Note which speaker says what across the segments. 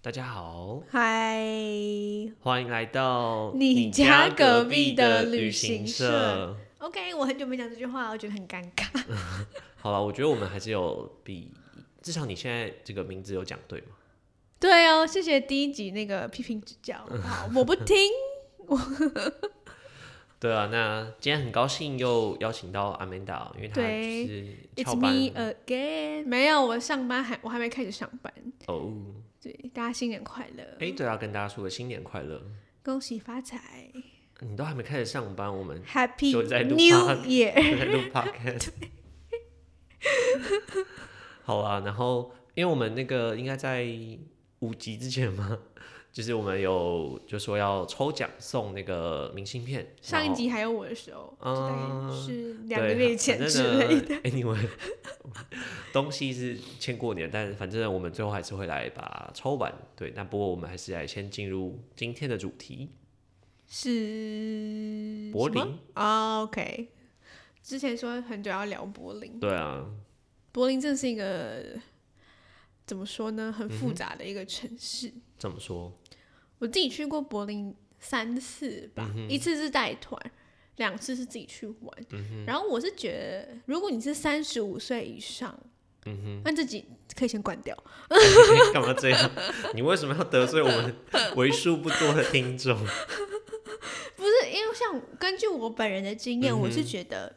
Speaker 1: 大家好，
Speaker 2: 嗨，
Speaker 1: 欢迎来到
Speaker 2: 你家隔壁的旅
Speaker 1: 旅
Speaker 2: 行
Speaker 1: 社
Speaker 2: 社。OK，我很久没讲这句话，我觉得很尴尬。
Speaker 1: 好了，我觉得我们还是有比，至少你现在这个名字有讲对吗？
Speaker 2: 对哦，谢谢第一集那个批评指 教，好，我不听。
Speaker 1: 对啊，那今天很高兴又邀请到阿曼达，因为她就
Speaker 2: 对
Speaker 1: 是
Speaker 2: It's
Speaker 1: 翘班
Speaker 2: me again。没有，我上班还我还没开始上班。
Speaker 1: 哦。
Speaker 2: 对，大家新年快乐，
Speaker 1: 哎、对啊，跟大家说个新年快乐！
Speaker 2: 恭喜发财
Speaker 1: 你都还没开始上班，我们
Speaker 2: ，Happy
Speaker 1: 就在录
Speaker 2: New Year。
Speaker 1: 在录 podcast。好啊，然后因为我们那个应该在五集之前嘛，就是我们有就说要抽奖送那个明信片，
Speaker 2: 上一
Speaker 1: 然后
Speaker 2: 集还有我的时候，大
Speaker 1: 嗯
Speaker 2: 概是两个
Speaker 1: 对
Speaker 2: 月前
Speaker 1: 反
Speaker 2: 之
Speaker 1: 正呢
Speaker 2: 类的。
Speaker 1: Anyway，东西是欠过年，但反正我们最后还是会来把它抽完。对，那不过我们还是来先进入今天的主题，
Speaker 2: 是
Speaker 1: 柏
Speaker 2: 什么
Speaker 1: 林。
Speaker 2: 啊，OK。之前说很久要聊柏林，
Speaker 1: 对啊，
Speaker 2: 柏林真的是一个怎么说呢，很复杂的一个城市。
Speaker 1: 怎么说？
Speaker 2: 我自己去过柏林三次吧，
Speaker 1: 嗯
Speaker 2: 一次是带团，两次是自己去玩。
Speaker 1: 嗯
Speaker 2: 然后我是觉得，如果你是三十五岁以上，
Speaker 1: 嗯
Speaker 2: 那自己可以先关掉。
Speaker 1: 干嘛这样？你为什么要得罪我们为数不多的听 众？
Speaker 2: 不是因为像根据我本人的经
Speaker 1: 嗯
Speaker 2: 验，我是觉得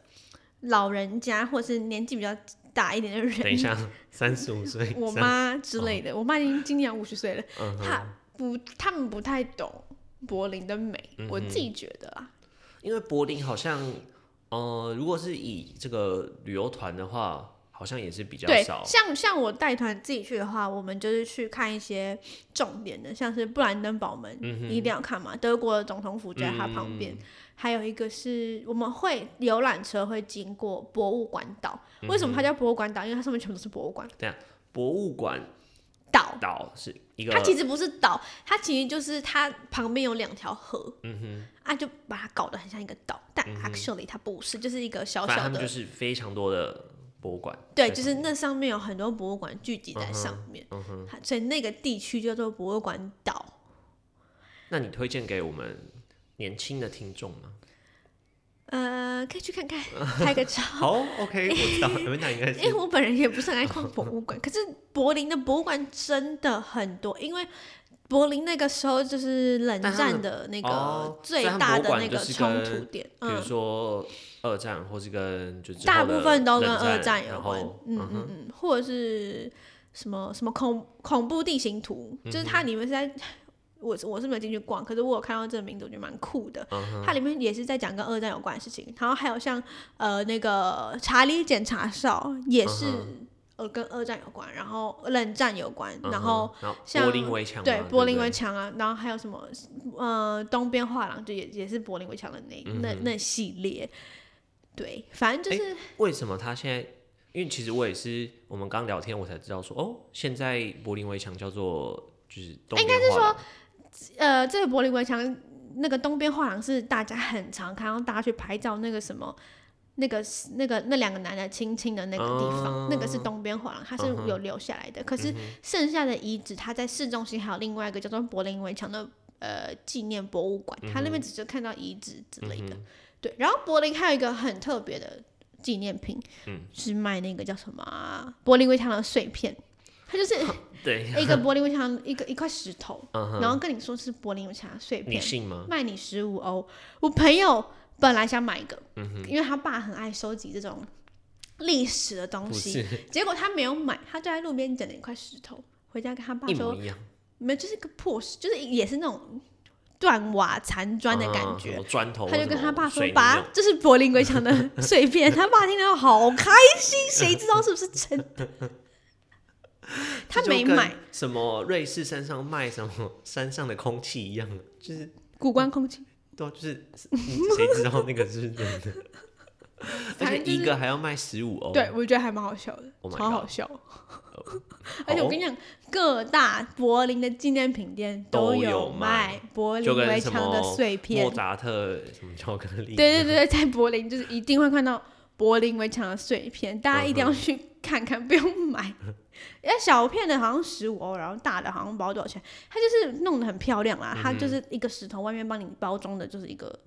Speaker 2: 老人家或是年纪比较大一点的人，
Speaker 1: 等一下，三十五岁，
Speaker 2: 我
Speaker 1: 三
Speaker 2: 妈之类的，我妈已经今年五十岁了，
Speaker 1: 哦嗯哼，
Speaker 2: 她不，他们不太懂柏林的美，
Speaker 1: 嗯
Speaker 2: 我自己觉得啊，
Speaker 1: 因为柏林好像，呃，如果是以这个旅游团的话，好像也是比较
Speaker 2: 对，
Speaker 1: 少。
Speaker 2: 像像我带团自己去的话，我们就是去看一些重点的，像是布兰登堡门，
Speaker 1: 嗯
Speaker 2: 你一定要看嘛，德国的总统府就在它旁边。还有一个是我们会游览车会经过博物馆岛，
Speaker 1: 嗯
Speaker 2: 为什么它叫博物馆岛？因为它上面全部都是博物馆
Speaker 1: 博物馆
Speaker 2: 岛。
Speaker 1: 岛是一个
Speaker 2: 它其实不是岛，它其实就是它旁边有两条河，嗯哼，啊就把它搞得很像一个岛，但 actually 它不是，就是一个小
Speaker 1: 嗯反正他
Speaker 2: 小的
Speaker 1: 们就是非常多的博物馆。
Speaker 2: 对，
Speaker 1: 在
Speaker 2: 就是那上面有很多博物馆聚集在
Speaker 1: 嗯
Speaker 2: 上面，它所以那个地区叫做博物馆岛。
Speaker 1: 那你推荐给我们年轻的听众吗？
Speaker 2: 呃，可以 去看看，拍个照。
Speaker 1: 好，OK，我知 道，你们俩应该
Speaker 2: 因为
Speaker 1: 是
Speaker 2: 我本人也不是很爱逛博 物馆，可是柏林的博物馆真的很多，因为柏林那个时候就是冷
Speaker 1: 但他们
Speaker 2: 战的那
Speaker 1: 哦
Speaker 2: 个最
Speaker 1: 所以他们
Speaker 2: 大的
Speaker 1: 博物
Speaker 2: 那
Speaker 1: 馆就
Speaker 2: 个
Speaker 1: 是
Speaker 2: 冲突
Speaker 1: 跟
Speaker 2: 点，
Speaker 1: 比如
Speaker 2: 嗯，
Speaker 1: 说二战，或是跟就之后
Speaker 2: 大
Speaker 1: 的
Speaker 2: 部分都跟
Speaker 1: 冷
Speaker 2: 二战有
Speaker 1: 然
Speaker 2: 关
Speaker 1: 后，
Speaker 2: 嗯
Speaker 1: 嗯
Speaker 2: 嗯嗯，或者是什么什么恐恐怖地形图，就是
Speaker 1: 嗯
Speaker 2: 它里面是在。我我是没有进去逛，可是我有看到这个名字，我觉得蛮酷的。
Speaker 1: 嗯
Speaker 2: 它里面也是在讲跟二战有关的事情，然后还有像呃那个查理检查哨也
Speaker 1: 嗯
Speaker 2: 是、呃跟二战有关，然后冷战有关，
Speaker 1: 嗯
Speaker 2: 然后
Speaker 1: 哼然后
Speaker 2: 像
Speaker 1: 柏林围墙嘛，
Speaker 2: 对
Speaker 1: 对，
Speaker 2: 柏林围
Speaker 1: 墙。
Speaker 2: 墙啊，然后还有什么呃东边画廊就也也是柏林围墙的那、
Speaker 1: 嗯
Speaker 2: 那那系列，对，反正就是
Speaker 1: 为什么他现在？因为其实我也是，我们刚聊天我才知道说，哦，现在柏林围墙叫做就是东边画廊，
Speaker 2: 呃，这个柏林围墙那个东边画廊是大家很常看到大家去拍照那个什么。那个那个那两个男的亲亲的那个地方，那个是东边画廊，它是有留下来的。可是剩下的遗址，它在市中心还有另外一个叫做柏林围墙的呃纪念博物馆，它那边只是看到遗址之类的。对，然后柏林还有一个很特别的纪念品，是卖那个叫什么啊、柏林围墙的碎片，它就是
Speaker 1: 对，
Speaker 2: 一个柏林围墙，一个一块石头，
Speaker 1: 嗯哼，
Speaker 2: 然后跟你说是柏林围墙的碎
Speaker 1: 你
Speaker 2: 片，
Speaker 1: 信吗？
Speaker 2: 卖你十五欧。我朋友本来想买一个，
Speaker 1: 嗯
Speaker 2: 因为他爸很爱收集这种历史的东
Speaker 1: 不
Speaker 2: 西，
Speaker 1: 是，
Speaker 2: 结果他没有买，他就在路边捡了一块石头，回家跟他爸
Speaker 1: 一模
Speaker 2: 说，
Speaker 1: 一样，
Speaker 2: 没有，就是个破石，就是也是那种断瓦残砖的感
Speaker 1: 嗯什
Speaker 2: 觉。
Speaker 1: 么砖头，
Speaker 2: 他就跟他爸说：“
Speaker 1: 吧，
Speaker 2: 爸，这是柏林围墙的 碎片。”他爸听到好开心，谁知道是不是真的？ 他
Speaker 1: 这就
Speaker 2: 没
Speaker 1: 跟
Speaker 2: 买，
Speaker 1: 什么瑞士山上卖什么山上的空气一样，就是
Speaker 2: 古关空气。
Speaker 1: 对啊、就是嗯 谁知道那个是不是真的？而
Speaker 2: 反
Speaker 1: 且
Speaker 2: 正就是
Speaker 1: 一个还要卖十五欧，
Speaker 2: 对，我觉得还蛮好笑的
Speaker 1: 哦 Oh my
Speaker 2: 超
Speaker 1: god 哦
Speaker 2: 好笑。而且我跟你讲，各大柏林的纪念品店
Speaker 1: 都有
Speaker 2: 有
Speaker 1: 卖
Speaker 2: 卖柏
Speaker 1: 就
Speaker 2: 林
Speaker 1: 跟
Speaker 2: 围
Speaker 1: 什
Speaker 2: 墙的
Speaker 1: 么
Speaker 2: 碎
Speaker 1: 莫
Speaker 2: 片。
Speaker 1: 扎特什么巧克力，
Speaker 2: 对对对，在柏林就是一定会看到柏林围墙的碎
Speaker 1: 嗯
Speaker 2: 片，大家一定要去看看，不 用买。因为小片的好像十五欧，然后大的好像不知道多少钱。它就是弄得很漂亮啦，
Speaker 1: 嗯
Speaker 2: 它就是一个石头，外面帮你包装的就是一个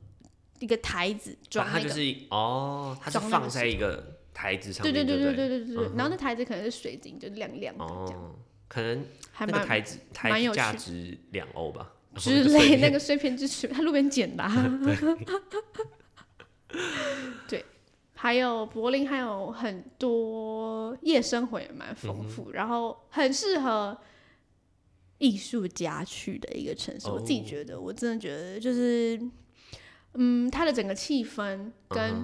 Speaker 2: 一个台子装
Speaker 1: 它
Speaker 2: 那
Speaker 1: 就
Speaker 2: 个。
Speaker 1: 是一哦，它是
Speaker 2: 装那个
Speaker 1: 放在一个台子上
Speaker 2: 对
Speaker 1: 面，
Speaker 2: 对
Speaker 1: 对
Speaker 2: 对
Speaker 1: 不
Speaker 2: 对对对对
Speaker 1: 嗯哼，
Speaker 2: 然后那台子可能是水晶，就亮亮的这样，
Speaker 1: 哦，可能
Speaker 2: 还
Speaker 1: 那个
Speaker 2: 蛮
Speaker 1: 台子台
Speaker 2: 蛮有
Speaker 1: 子价
Speaker 2: 趣
Speaker 1: 值两欧吧
Speaker 2: 之类，那个碎片之是他路边捡的、啊。对，还有柏林还有很多夜生活也蛮丰富，然后很适合艺术家去的一个城市。我自己
Speaker 1: 哦
Speaker 2: 觉得，我真的觉得就是，嗯，它的整个气氛跟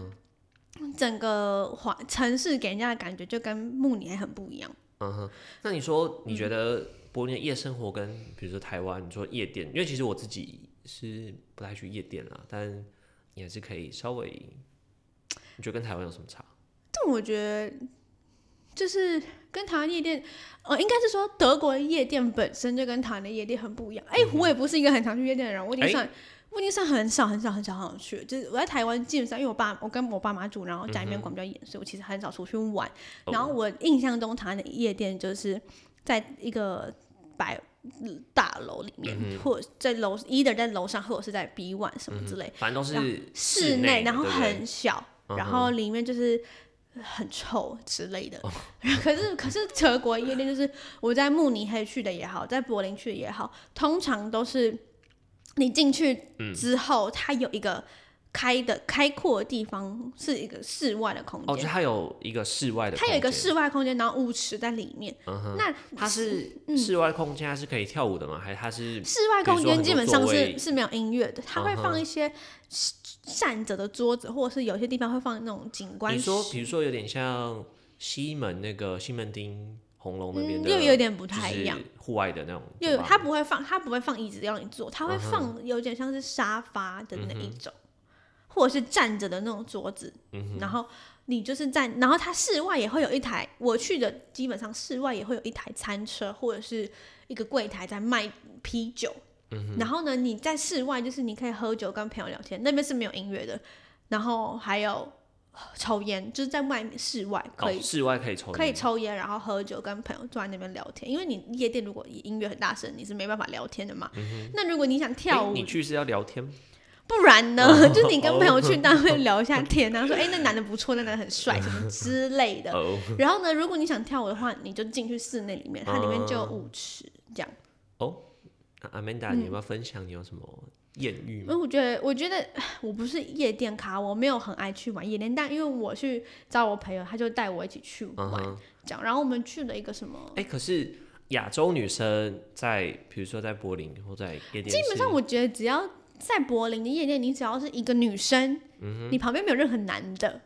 Speaker 1: 嗯
Speaker 2: 整个环城市给人家的感觉就跟慕尼黑很不一样。
Speaker 1: 嗯哼，那你说
Speaker 2: 嗯
Speaker 1: 你觉得柏林的夜生活跟比如说台湾，你说夜店，因为其实我自己是不太去夜店啦，但你还是可以稍微，你觉得跟台湾有什么差？
Speaker 2: 但我觉得就是跟台湾夜店，呃，应该是说德国的夜店本身就跟台湾的夜店很不一样。哎、我也不是一个很常去夜店的人，我已
Speaker 1: 嗯
Speaker 2: 经
Speaker 1: 哎
Speaker 2: 算、我已经算很少很少很少很少去了。就是我在台湾基本上，因为我爸我跟我爸妈住，然后家里面管比较严，所以我其实很少出去玩。
Speaker 1: 嗯哦
Speaker 2: 然后我印象中台湾的夜店就是在一个百。大楼里面，
Speaker 1: 嗯
Speaker 2: 或者在楼，either 在楼上，或者是在 B one 什么之类，
Speaker 1: 反正都
Speaker 2: 然
Speaker 1: 是
Speaker 2: 室
Speaker 1: 内
Speaker 2: 内，
Speaker 1: 的，
Speaker 2: 然后
Speaker 1: 对不对
Speaker 2: 很小，
Speaker 1: 嗯
Speaker 2: 然
Speaker 1: 哼
Speaker 2: 后里面就是很臭之类
Speaker 1: 哦
Speaker 2: 的。可是可是德国夜店就是我在慕尼黑去的也好，在柏林去的也好，通常都是你进去
Speaker 1: 嗯
Speaker 2: 之后，它有一个开的开阔的地方，是一个室外的空
Speaker 1: 哦，就
Speaker 2: 间。
Speaker 1: 它有一个室外的空间，
Speaker 2: 它有一个室外空间，然后舞池在里面。
Speaker 1: 嗯哼，
Speaker 2: 那
Speaker 1: 它是室外空间，它是可以跳舞的吗？还是它是
Speaker 2: 嗯室外空间基本上
Speaker 1: 比如说很多座位
Speaker 2: 是是没有音乐的，它会
Speaker 1: 嗯哼
Speaker 2: 放一些站着的桌子，或者是有些地方会放那种景观
Speaker 1: 你说，
Speaker 2: 石
Speaker 1: 比如说有点像西门那个西门町红楼那边
Speaker 2: 嗯，
Speaker 1: 的，
Speaker 2: 又有点不
Speaker 1: 不
Speaker 2: 太一样。，
Speaker 1: 户外的那种酒吧，哦
Speaker 2: 又有它不会放，它不会放椅子让你坐，它会放有点像是沙发的那一种，或者是站着的那种桌子，然后你就是在，然后它室外也会有一台，我去的基本上室外也会有一台餐车或者是一个柜台在卖啤酒，然后呢你在室外就是你可以喝酒跟朋友聊天，那边是没有音乐的，然后还有抽烟，就是在外面室外可以
Speaker 1: 哦、室外可以抽烟，
Speaker 2: 可以抽烟，然后喝酒，跟朋友坐在那边聊天。因为你夜店如果音乐很大声，你是没办法聊天的嘛。那如果你想
Speaker 1: 嗯
Speaker 2: 跳
Speaker 1: 诶
Speaker 2: 舞，
Speaker 1: 你去哦是要聊天吗？
Speaker 2: 不然呢？就你跟朋友去，当然会聊一下天啊，说哎、那男的不错，那男的很帅，什么之类的。嗯
Speaker 1: 哦
Speaker 2: 然后呢，如果你想跳舞的话，你就进去室内里面，它里面就有舞池这样。
Speaker 1: 哦，那阿曼达，
Speaker 2: 嗯
Speaker 1: 你要不要分享你有什么艳遇
Speaker 2: 因
Speaker 1: 吗？
Speaker 2: 为我觉得，我觉得我不是夜店咖，我没有很爱去玩夜店，但因为我去找我朋友，他就带我一起去
Speaker 1: 嗯
Speaker 2: 玩
Speaker 1: 哼，
Speaker 2: 这样。然后我们去了一个什么？
Speaker 1: 哎、可是亚洲女生在，比如说在柏林或在夜店是，
Speaker 2: 基本上我觉得只要在柏林的夜店，你只要是一个女生，
Speaker 1: 嗯
Speaker 2: 你旁边没有任何男的，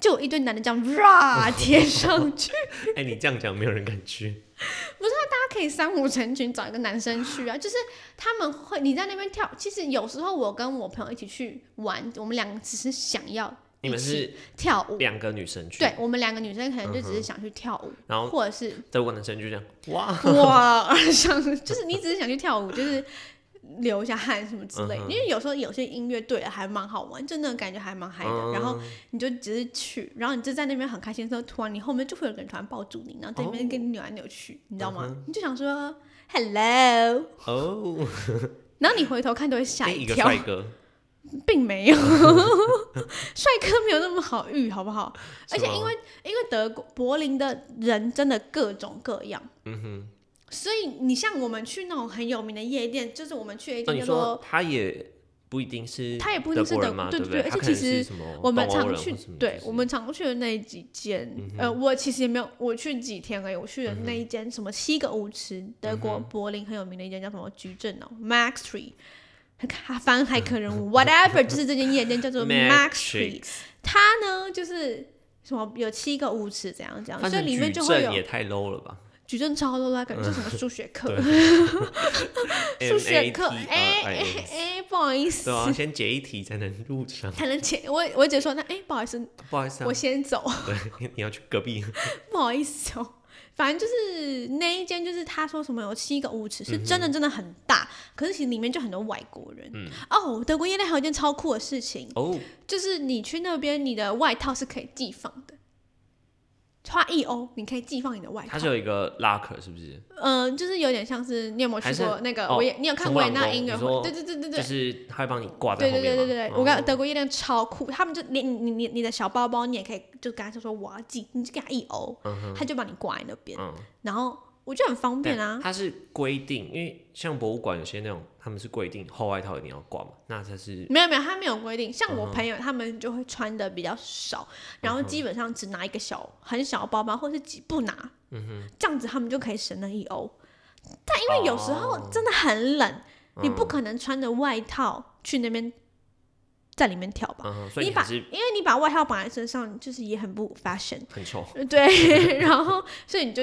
Speaker 2: 就有一堆男的这样 ra 贴上去，
Speaker 1: 哎、你这样讲没有人敢去，
Speaker 2: 他可以三五成群找一个男生去啊。就是他们会你在那边跳，其实有时候我跟我朋友一起去玩，我们两个只是想要
Speaker 1: 你们
Speaker 2: 一
Speaker 1: 是
Speaker 2: 起跳舞。
Speaker 1: 两个女生去，
Speaker 2: 对我们两个女生可能就只是想去跳舞，
Speaker 1: 嗯然后
Speaker 2: 或者是
Speaker 1: 德国男生就这样，哇，
Speaker 2: 哇，想 就是你只是想去跳舞，就是流一下汗什么之类的
Speaker 1: 嗯。哼
Speaker 2: 因为有时候有些音乐队还蛮好玩，就那种感觉还蛮嗨
Speaker 1: 嗯
Speaker 2: 的。然后你就只是去，然后你就在那边很开心的时候，突然你后面就会有个人突然抱住你，然后在那边跟你扭来扭去，你知道
Speaker 1: 哦嗯
Speaker 2: 吗？你就想说 hello，
Speaker 1: 哦，
Speaker 2: 然后你回头看都会吓
Speaker 1: 哎
Speaker 2: 一
Speaker 1: 一个
Speaker 2: 跳
Speaker 1: 帅， 哥，
Speaker 2: 并没 有，帅哥没有那么好遇，好不好？而且
Speaker 1: 是吗
Speaker 2: 因为因为德国柏林的人真的各种各样，
Speaker 1: 嗯哼，
Speaker 2: 所以你像我们去那种很有名的夜店，就是我们去的一
Speaker 1: 那
Speaker 2: 间
Speaker 1: 哦你
Speaker 2: 叫
Speaker 1: 说
Speaker 2: 做
Speaker 1: 他也不一定是，
Speaker 2: 他也不一定是德
Speaker 1: 人嘛，
Speaker 2: 对
Speaker 1: 不对？
Speaker 2: 对对
Speaker 1: 他
Speaker 2: 而且
Speaker 1: 可能
Speaker 2: 其实
Speaker 1: 是什么
Speaker 2: 我们
Speaker 1: 东欧
Speaker 2: 常
Speaker 1: 人
Speaker 2: 去
Speaker 1: 或什么，
Speaker 2: 对
Speaker 1: 就是
Speaker 2: 我们常去的那几间。呃，我其实也没有，我去几天而已。我去的那一间什么七个舞池，德国柏林很有名的一间叫什么矩阵哦，Max Tree，哈翻骇客任务 whatever，就是这间夜店叫做 Max Tree。它呢就是什么有七个舞池怎样怎样，
Speaker 1: 反
Speaker 2: 所以
Speaker 1: 正
Speaker 2: 里面
Speaker 1: 矩
Speaker 2: 就会
Speaker 1: 阵
Speaker 2: 有
Speaker 1: 也太 low 了吧？
Speaker 2: 矩阵超多啦，感觉就什么数学课， 数
Speaker 1: M
Speaker 2: 学
Speaker 1: A
Speaker 2: 课，
Speaker 1: T R
Speaker 2: 哎哎
Speaker 1: I S
Speaker 2: 哎，不好意思
Speaker 1: 对，啊，先解一题才能入场。
Speaker 2: 才能解。我我姐说，那哎，不好意思，
Speaker 1: 不好意思啊
Speaker 2: 我，先走，
Speaker 1: 对，你要去隔壁。
Speaker 2: 不好意思哦。反正就是那一间，就是他说什么有七个舞
Speaker 1: 嗯
Speaker 2: 池，是真的真的很大，可是其实里面就很多外国人。
Speaker 1: 嗯
Speaker 2: 哦，德国夜店还有一件超酷的事情，
Speaker 1: 哦，
Speaker 2: 就是你去那边，你的外套是可以寄放的，花一欧你可以寄放你的外
Speaker 1: 它
Speaker 2: 套
Speaker 1: 是。有一个 locker 是不是？
Speaker 2: 嗯、就是有点像是你有没有去
Speaker 1: 还是
Speaker 2: 过那个
Speaker 1: 哦
Speaker 2: 维也？你有看
Speaker 1: 冲
Speaker 2: 维也
Speaker 1: 浪
Speaker 2: 纳
Speaker 1: 沟
Speaker 2: 音乐
Speaker 1: 你
Speaker 2: 会？
Speaker 1: 说
Speaker 2: 对对对对
Speaker 1: 就
Speaker 2: 对。
Speaker 1: 是它会帮你挂在
Speaker 2: 对
Speaker 1: 后
Speaker 2: 对
Speaker 1: 面
Speaker 2: 对
Speaker 1: 吗
Speaker 2: 对对，
Speaker 1: 哦
Speaker 2: 我跟德国夜店超酷，他们就连你你你你的小包包，你也可以就跟他说我要寄，你就给他一欧，
Speaker 1: 嗯哼
Speaker 2: 他就把你挂在那边，
Speaker 1: 嗯，
Speaker 2: 然后我觉得很方便啊
Speaker 1: 但。它是规定，因为像博物馆有些那种，他们是规定厚外套一定要挂嘛，那它是
Speaker 2: 没有没有，他没有规定。像我朋友他们就会穿的比较少，
Speaker 1: 嗯
Speaker 2: 然后基本上只拿一个小很小的包包，或是几不拿，
Speaker 1: 嗯
Speaker 2: 这样子他们就可以省了一欧。但因为有时候
Speaker 1: 哦
Speaker 2: 真的很冷，你
Speaker 1: 嗯
Speaker 2: 不可能穿着外套去那边在里面跳吧？
Speaker 1: 嗯哼，所以
Speaker 2: 你
Speaker 1: 你还
Speaker 2: 把
Speaker 1: 是
Speaker 2: 因为你把外套绑在身上，就是也很不 fashion。
Speaker 1: 很臭，
Speaker 2: 对， 然后所以你就，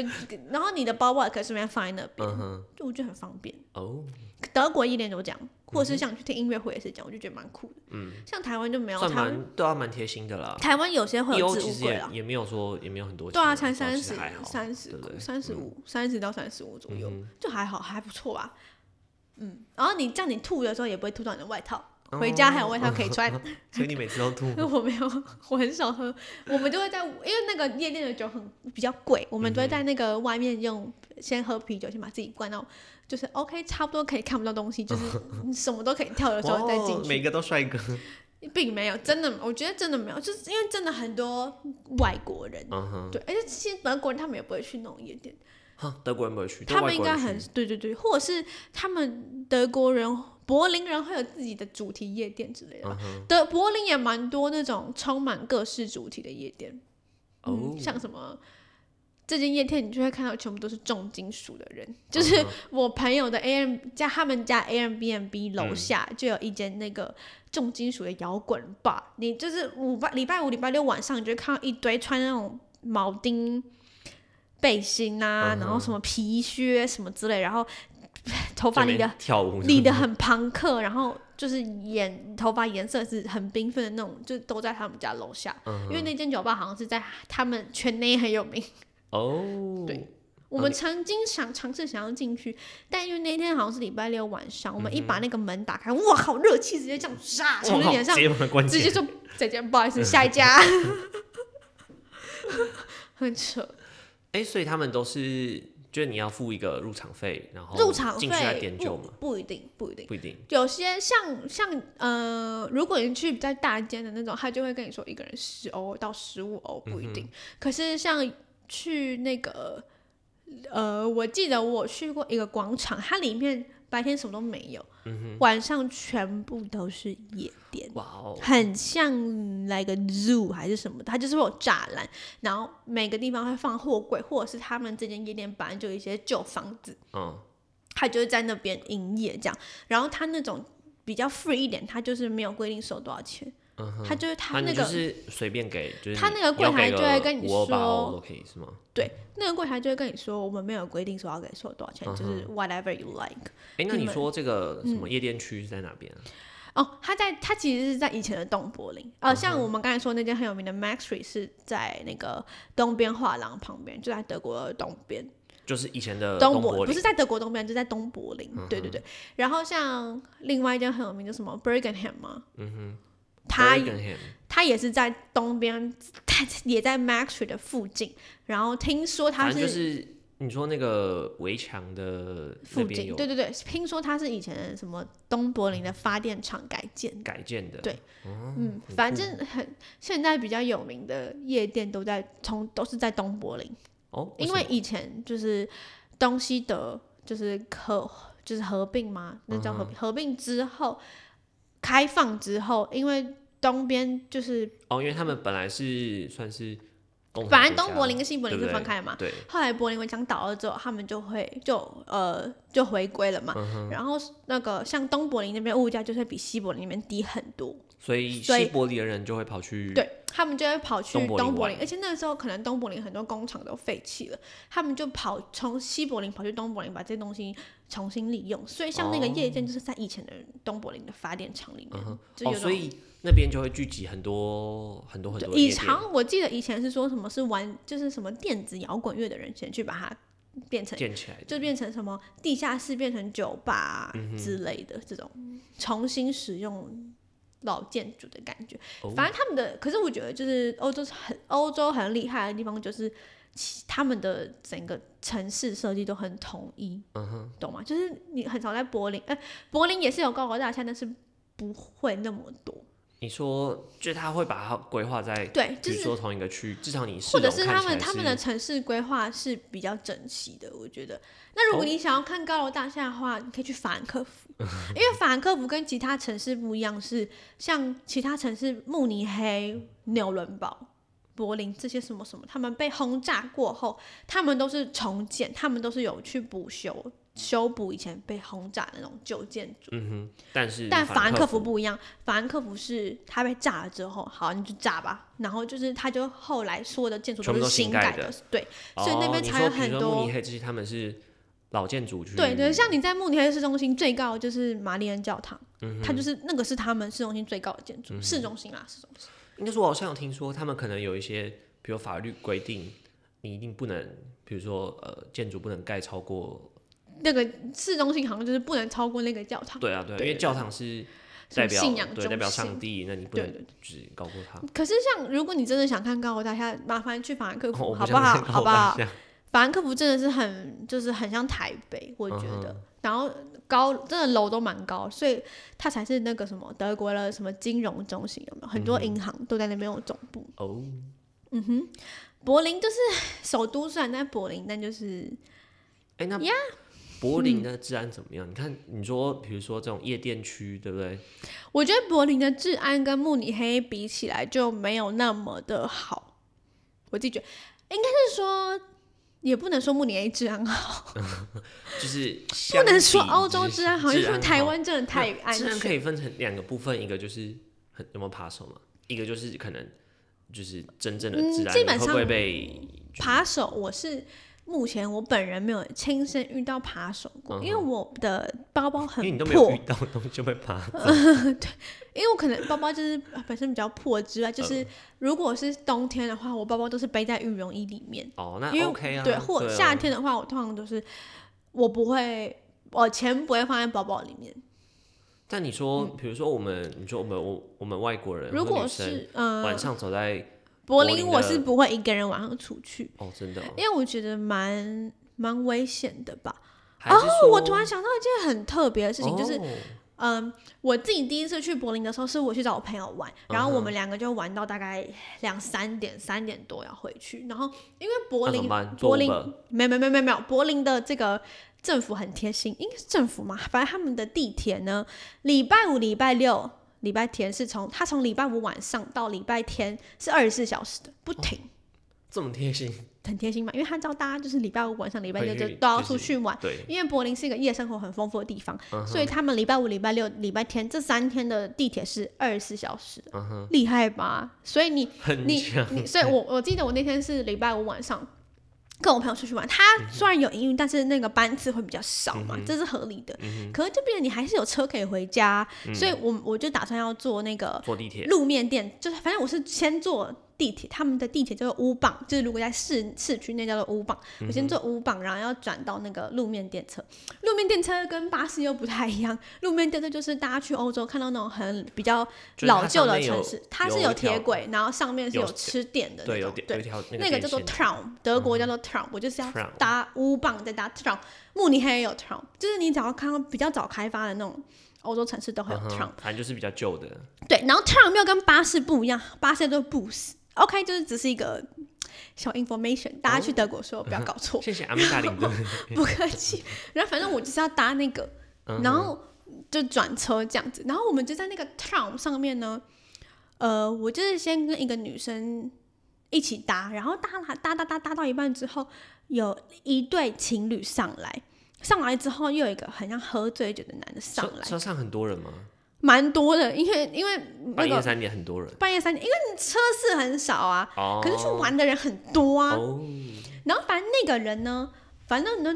Speaker 2: 然后你的包包可以顺便放在那边，
Speaker 1: 嗯哼，
Speaker 2: 就我觉得很方便。
Speaker 1: 哦，
Speaker 2: 德国一点都这样，或者是像去听音乐会也是这样，我就觉得蛮酷的。
Speaker 1: 嗯，
Speaker 2: 像台湾就没有，
Speaker 1: 算
Speaker 2: 台湾
Speaker 1: 蛮对啊，蛮贴心的啦。
Speaker 2: 台湾有些会
Speaker 1: 一
Speaker 2: 有
Speaker 1: 欧
Speaker 2: 置
Speaker 1: 其
Speaker 2: 物
Speaker 1: 实
Speaker 2: 柜
Speaker 1: 也
Speaker 2: 啦，
Speaker 1: 也没有说也没有很多钱
Speaker 2: 对啊，
Speaker 1: 啊，
Speaker 2: 才
Speaker 1: 其
Speaker 2: 三
Speaker 1: 实
Speaker 2: 十
Speaker 1: 还好、
Speaker 2: 三十
Speaker 1: 对不对、
Speaker 2: 三十五、三十到三十五左右，
Speaker 1: 嗯
Speaker 2: 就还好，还不错吧。嗯，然后你这样你吐的时候也不会吐到你的外套，
Speaker 1: 哦
Speaker 2: 回家还有外套可 以穿。
Speaker 1: 所以你每次都吐
Speaker 2: 因为我没有，我很少喝，我们就会在，因为那个夜店的酒很比较贵，我们都会在那个外面用先喝啤酒，先把自己灌到，就是 OK，差不多可以看不到东西，就是你什么都可以跳的时候再进
Speaker 1: 哦
Speaker 2: 去。
Speaker 1: 每个都帅哥，
Speaker 2: 并没有，真的，我觉得真的没有，就是因为真的很多外国人，
Speaker 1: 嗯哼，
Speaker 2: 对，而且其实德国人他们也不会去那种夜店，
Speaker 1: 哈，德国人不会去，
Speaker 2: 他
Speaker 1: 但外
Speaker 2: 们应
Speaker 1: 国
Speaker 2: 该
Speaker 1: 人
Speaker 2: 很
Speaker 1: 去
Speaker 2: 对对对，或者是他们德国人、柏林人会有自己的主题夜店之类的吧。
Speaker 1: 嗯哼，
Speaker 2: 德柏林也蛮多那种充满各式主题的夜店，
Speaker 1: 哦
Speaker 2: 嗯，，像什么。这间夜店你就会看到全部都是重金属的
Speaker 1: 嗯
Speaker 2: 人，就是我朋友的 A M 家他们家 A M B N
Speaker 1: 嗯
Speaker 2: B 楼下就有一间那个重金属的摇滚吧，你就是五拜礼拜五礼拜六晚上，你就会看到一堆穿那种铆钉背心啊，
Speaker 1: 嗯哼
Speaker 2: 然后什么皮靴什么之类，然后头发
Speaker 1: 这
Speaker 2: 理
Speaker 1: 边
Speaker 2: 的
Speaker 1: 跳舞
Speaker 2: 理的很朋克，然后就是颜头发颜色是很缤纷的那种，就都在他们家楼下，
Speaker 1: 嗯
Speaker 2: 因为那间酒吧好像是在他们圈内很有名。
Speaker 1: 哦，
Speaker 2: 对，我们曾经想尝试想要进去，但因为那天好像是礼拜六晚上，我们一把那个门打开，哇，好热气，直接这样唰啊从你
Speaker 1: 嗯哇
Speaker 2: 脸上
Speaker 1: 直接把它关
Speaker 2: 直接
Speaker 1: 起来
Speaker 2: 说再见，不好 意思，下一家， 很扯。
Speaker 1: 哎、所以他们都是就是你要付一个入场费，然后
Speaker 2: 入场
Speaker 1: 进去再
Speaker 2: 费
Speaker 1: 点酒
Speaker 2: 不
Speaker 1: 嘛，
Speaker 2: 不一定，不一定。
Speaker 1: 不一定
Speaker 2: 有些像像呃，如果你去比较大间的那种，他就会跟你说一个人十欧到十五欧不一定。可是像去那个呃，我记得我去过一个广场，它里面白天什么都没有，晚上全部都是夜店。
Speaker 1: 哇哦，
Speaker 2: 很像来个 zoo 还是什么的，它就是会有栅栏，然后每个地方会放货柜，或者是他们这间夜店本来就有一些旧房子，
Speaker 1: 嗯，
Speaker 2: 他就是在那边营业这样。然后他那种比较 free 一点，他就是没有规定收多少钱，他就是他
Speaker 1: 啊
Speaker 2: 那
Speaker 1: 你就
Speaker 2: 个、
Speaker 1: 是随便给，就是
Speaker 2: 他
Speaker 1: 你
Speaker 2: 那个
Speaker 1: 你
Speaker 2: 柜
Speaker 1: 要给
Speaker 2: 台就会
Speaker 1: 个
Speaker 2: 跟你
Speaker 1: 5欧8欧
Speaker 2: 说
Speaker 1: 都可以是吗？
Speaker 2: 对那个柜台就会跟你说，我们没有规定说要给收多少
Speaker 1: 嗯
Speaker 2: 钱，就是 whatever you like。
Speaker 1: 哎、那
Speaker 2: 你
Speaker 1: 你
Speaker 2: 们嗯
Speaker 1: 说这个什么夜店区是在哪边啊？
Speaker 2: 哦，他在他其实是在以前的东柏林，
Speaker 1: 嗯
Speaker 2: 呃，像我们刚才说那间很有名的 Max Street 是在那个东边画廊旁边，就在德国的东边。
Speaker 1: 就是以前的
Speaker 2: 东
Speaker 1: 呃柏
Speaker 2: 不
Speaker 1: 林，嗯
Speaker 2: 是在德国东边，就在东柏林。对对对。然后像另外一间很有名的什么 Bergenham 嘛，嗯哼，它
Speaker 1: Birmingham
Speaker 2: 它也是在东边，它也在 Max Street 的附近。然后听说它
Speaker 1: 反正
Speaker 2: 是
Speaker 1: 就是你说那个围墙的那
Speaker 2: 附
Speaker 1: 边
Speaker 2: 近，
Speaker 1: 有
Speaker 2: 对对对，听说它是以前什么东柏林的发电厂改建的。
Speaker 1: 改建的，
Speaker 2: 对
Speaker 1: 哦
Speaker 2: 嗯，反正很现在比较有名的夜店都在从都是在东柏林，
Speaker 1: 哦，
Speaker 2: 因
Speaker 1: 什
Speaker 2: 为
Speaker 1: 么
Speaker 2: 以前就是东西德就是合就是合并嘛，那
Speaker 1: 嗯
Speaker 2: 叫合并。合并之后，开放之后，因为东边就是
Speaker 1: 哦，因为他们本来是算是共产
Speaker 2: 反正
Speaker 1: 国
Speaker 2: 东
Speaker 1: 家
Speaker 2: 柏林跟西柏林
Speaker 1: 对
Speaker 2: 是
Speaker 1: 不
Speaker 2: 分开嘛。
Speaker 1: 对，
Speaker 2: 后来柏林围墙倒了之后，他们就会就呃就回归了嘛。
Speaker 1: 嗯
Speaker 2: 然后那个像东柏林那边物价就是比西柏林那边低很多，
Speaker 1: 所以
Speaker 2: 所以
Speaker 1: 西柏林的人就会跑去
Speaker 2: 对他们就会跑去
Speaker 1: 嗯东柏林
Speaker 2: 东柏林，
Speaker 1: 玩
Speaker 2: 而且那个时候可能东柏林很多工厂都废弃了，他们就跑从西柏林跑去东柏林把这些东西重新利用。所以像那个
Speaker 1: 哦
Speaker 2: 夜店，就是在以前的东柏林的发电厂里面，
Speaker 1: 嗯哼，
Speaker 2: 就有
Speaker 1: 哦，
Speaker 2: 那
Speaker 1: 所
Speaker 2: 种。
Speaker 1: 以那边就会聚集很多很多很
Speaker 2: 就
Speaker 1: 多
Speaker 2: 以
Speaker 1: 夜店
Speaker 2: 前我记得以前是说什么是玩，就是什么电子摇滚乐的人先去把它变成，
Speaker 1: 建起来的，
Speaker 2: 就变成什么地下室变成酒吧啊
Speaker 1: 嗯
Speaker 2: 之类的、这种，重新使用老建筑的感觉。
Speaker 1: 哦
Speaker 2: 反正他们的，可是我觉得就是欧洲很欧洲很厉害的地方就是其他们的整个城市设计都很统一，
Speaker 1: 嗯哼，
Speaker 2: 懂吗？就是你很少在柏林，哎、柏林也是有高楼大厦，但是不会那么多。
Speaker 1: 你说就是他会把它规划在，
Speaker 2: 对，就
Speaker 1: 比如
Speaker 2: 是
Speaker 1: 说同一个区，至少你市
Speaker 2: 或者
Speaker 1: 容
Speaker 2: 是
Speaker 1: 看
Speaker 2: 他
Speaker 1: 起
Speaker 2: 们
Speaker 1: 来
Speaker 2: 他
Speaker 1: 是
Speaker 2: 们的城市规划是比较整齐的，我觉得。那如
Speaker 1: 哦
Speaker 2: 果你想要看高楼大厦的话，你可以去法兰克福， 因为法兰克福跟其他城市不一样是，像其他城市慕尼黑、纽伦堡、柏林这些什么什么，他们被轰炸过后，他们都是重建，他们都是有去补修。修补以前被轰炸的那种旧建筑，
Speaker 1: 嗯哼，但是
Speaker 2: 但法兰克
Speaker 1: 克
Speaker 2: 福不一样，法兰克福是它被炸了之后，好，你就炸吧，然后就是它就后来所有的建筑
Speaker 1: 全部
Speaker 2: 是
Speaker 1: 都新
Speaker 2: 新
Speaker 1: 盖
Speaker 2: 改
Speaker 1: 的
Speaker 2: 的，对所以那
Speaker 1: 哦
Speaker 2: 边
Speaker 1: 你
Speaker 2: 才
Speaker 1: 说
Speaker 2: 有
Speaker 1: 比如
Speaker 2: 很
Speaker 1: 说慕
Speaker 2: 多
Speaker 1: 尼黑这些他们是老建筑区，
Speaker 2: 对对，像你在慕尼黑市中心最高的就是玛丽恩教堂，
Speaker 1: 嗯
Speaker 2: 它就是那个是他们市中心最高的建筑，市中心啦，啊市中心，
Speaker 1: 应该说，我好像有听说他们可能有一些，比如法律规定，你一定不能，比如说呃，建筑不能盖超过，
Speaker 2: 那个市中心好像就是不能超过那个教堂，
Speaker 1: 对啊对啊，因
Speaker 2: 对
Speaker 1: 为
Speaker 2: 对
Speaker 1: 教堂是
Speaker 2: 什
Speaker 1: 代
Speaker 2: 么
Speaker 1: 表
Speaker 2: 信仰
Speaker 1: 对代
Speaker 2: 中
Speaker 1: 表
Speaker 2: 心
Speaker 1: 上。帝，那你不
Speaker 2: 对
Speaker 1: 能只高过他。
Speaker 2: 可是像如果你真的想看高楼大厦，麻烦去法兰克福，
Speaker 1: 哦我
Speaker 2: 好
Speaker 1: 不
Speaker 2: 不好？
Speaker 1: 想再
Speaker 2: 好
Speaker 1: 高
Speaker 2: 不好
Speaker 1: 大？象
Speaker 2: 法兰克福真的是很，就是很像台北，我觉
Speaker 1: 嗯
Speaker 2: 得。然后高，真的楼都蛮高，所以它才是那个什么德国的什么金融中心，有没有？很
Speaker 1: 嗯
Speaker 2: 多银行都在那边有总部。 嗯
Speaker 1: 哦，
Speaker 2: 柏林就是 首都，虽然在柏林，但就是
Speaker 1: 哎、那柏
Speaker 2: 嗯
Speaker 1: 林的治安怎么样？你看，你说比如说这种夜店区，对不对？
Speaker 2: 我觉得柏林的治安跟慕尼黑比起来就没有那么的好。我自己觉得，应该是说，也不能说慕尼黑治安好，
Speaker 1: 就是
Speaker 2: 不
Speaker 1: 不
Speaker 2: 能说欧洲治安好，因为
Speaker 1: 治安
Speaker 2: 他们台
Speaker 1: 好
Speaker 2: 湾真的太安
Speaker 1: 治安
Speaker 2: 全。
Speaker 1: 可以分成两个部分，一个就是很有没有扒手嘛，一个就是可能就是真正的
Speaker 2: 嗯
Speaker 1: 治安，
Speaker 2: 基
Speaker 1: 你
Speaker 2: 本
Speaker 1: 会不会
Speaker 2: 上
Speaker 1: 被
Speaker 2: 扒手，我是目前我本人没有亲身遇到扒手过，因为我的包
Speaker 1: 嗯
Speaker 2: 包
Speaker 1: 因为
Speaker 2: 很
Speaker 1: 你都
Speaker 2: 破，
Speaker 1: 没有遇到东西就被扒走，
Speaker 2: 因为我可能包包就是呃本身比较破之外，就是
Speaker 1: 嗯
Speaker 2: 如果是冬天的话，我包包都是背在羽绒衣里面，
Speaker 1: 哦，那
Speaker 2: 因为
Speaker 1: OK 啊，
Speaker 2: 对，或
Speaker 1: 啊
Speaker 2: 夏天的话，我通常都是我不会，我钱不会放在包包里面。
Speaker 1: 但你说，比如说我们，你说我们我我们外国人，
Speaker 2: 嗯如
Speaker 1: 或
Speaker 2: 果
Speaker 1: 女生
Speaker 2: 是嗯、
Speaker 1: 晚上走在
Speaker 2: 柏
Speaker 1: 柏
Speaker 2: 林，
Speaker 1: 林
Speaker 2: 我
Speaker 1: 的
Speaker 2: 是不会一个人晚上出去，
Speaker 1: 哦，真的哦，
Speaker 2: 因为我觉得蛮蛮危险的吧。
Speaker 1: 还是
Speaker 2: 哦，
Speaker 1: 说
Speaker 2: 我突然想到一件很特别的事情，就是
Speaker 1: 哦
Speaker 2: 嗯，我自己第一次去柏林的时候，是我去找我朋友玩，然后我
Speaker 1: 嗯
Speaker 2: 们两个就玩到大概两三点、三点多要回去。然后因为柏
Speaker 1: 那怎
Speaker 2: 林
Speaker 1: 么，办？
Speaker 2: 柏
Speaker 1: 做
Speaker 2: 林
Speaker 1: Uber
Speaker 2: 没有没有没有没有没有，柏林的这个政府很贴心，应该是政府嘛，反正他们的地铁呢，礼拜五、礼拜六、礼拜天是从它从礼拜五晚上到礼拜天是二十四小时的，不
Speaker 1: 哦
Speaker 2: 停。
Speaker 1: 这么贴心，
Speaker 2: 很贴心嘛，因为他知道大家就是礼拜五晚上、礼拜六
Speaker 1: 回
Speaker 2: 就
Speaker 1: 去
Speaker 2: 都
Speaker 1: 就
Speaker 2: 要
Speaker 1: 是
Speaker 2: 出去玩，
Speaker 1: 对，
Speaker 2: 因为柏林是一个夜生活很丰富的地方，所以他们礼拜五、礼拜六、礼拜天这三天的地铁是二十四小时的，
Speaker 1: 嗯哼，
Speaker 2: 厉害吧？所以你
Speaker 1: 很
Speaker 2: 你
Speaker 1: 强，
Speaker 2: 你，所以我我记得我那天是礼拜五晚上跟我朋友出去玩，他虽然有营运，但是那个班次会比较少嘛，这是合理的。可是这边你还是有车可以回家，所以我我就打算要坐那个
Speaker 1: 坐地铁，
Speaker 2: 路面店，就是反正我是先坐地铁，他们的地铁叫做乌棒，就是如果在市市区内叫做乌棒，
Speaker 1: 嗯
Speaker 2: 我先坐乌棒，然后要转到那个路面电车。路面电车跟巴士又不太一样，路面电车就是大家去欧洲看到那种很比较
Speaker 1: 就是它
Speaker 2: 老旧的
Speaker 1: 上面有
Speaker 2: 城市，它
Speaker 1: 有
Speaker 2: 是
Speaker 1: 一
Speaker 2: 有
Speaker 1: 条
Speaker 2: 铁轨，然后上面是
Speaker 1: 有
Speaker 2: 有吃点的
Speaker 1: 对，
Speaker 2: 那
Speaker 1: 有
Speaker 2: 种，
Speaker 1: 点有一
Speaker 2: 对。
Speaker 1: 条那
Speaker 2: 那个
Speaker 1: 电
Speaker 2: 叫做
Speaker 1: 线
Speaker 2: tram，德国叫
Speaker 1: 嗯
Speaker 2: 做 tram，、我就是要
Speaker 1: Tram
Speaker 2: 搭乌棒再搭 tram，慕尼黑也有 tram，就是你只要看到比较早开发的那种欧洲城市都会有
Speaker 1: 嗯哼
Speaker 2: tram，、
Speaker 1: 反正就是比较旧的，
Speaker 2: 对，然后 tram 又跟巴士不一样，巴士都是 bus。OK，就是只是一个小 information，大家去德国的时候不要搞错，
Speaker 1: 谢谢阿米达林顿。
Speaker 2: 不客气。然后反正我就是要搭那个，然后就转车这样子。然后我们就在那个 tram 上面呢，呃，我就是先跟一个女生一起搭，然后搭啦搭搭搭搭到一半之后，有一对情侣上来，上来之后又有一个很像喝醉酒的男的上
Speaker 1: 车
Speaker 2: 来，
Speaker 1: 车上很多人吗？
Speaker 2: 蛮多的，因为因为那
Speaker 1: 半
Speaker 2: 个
Speaker 1: 夜三点很多人
Speaker 2: 半夜三点，因为你车是很少啊，
Speaker 1: 哦。
Speaker 2: 可是去玩的人很多啊。
Speaker 1: 哦，
Speaker 2: 然后反正那个人呢，反正呢，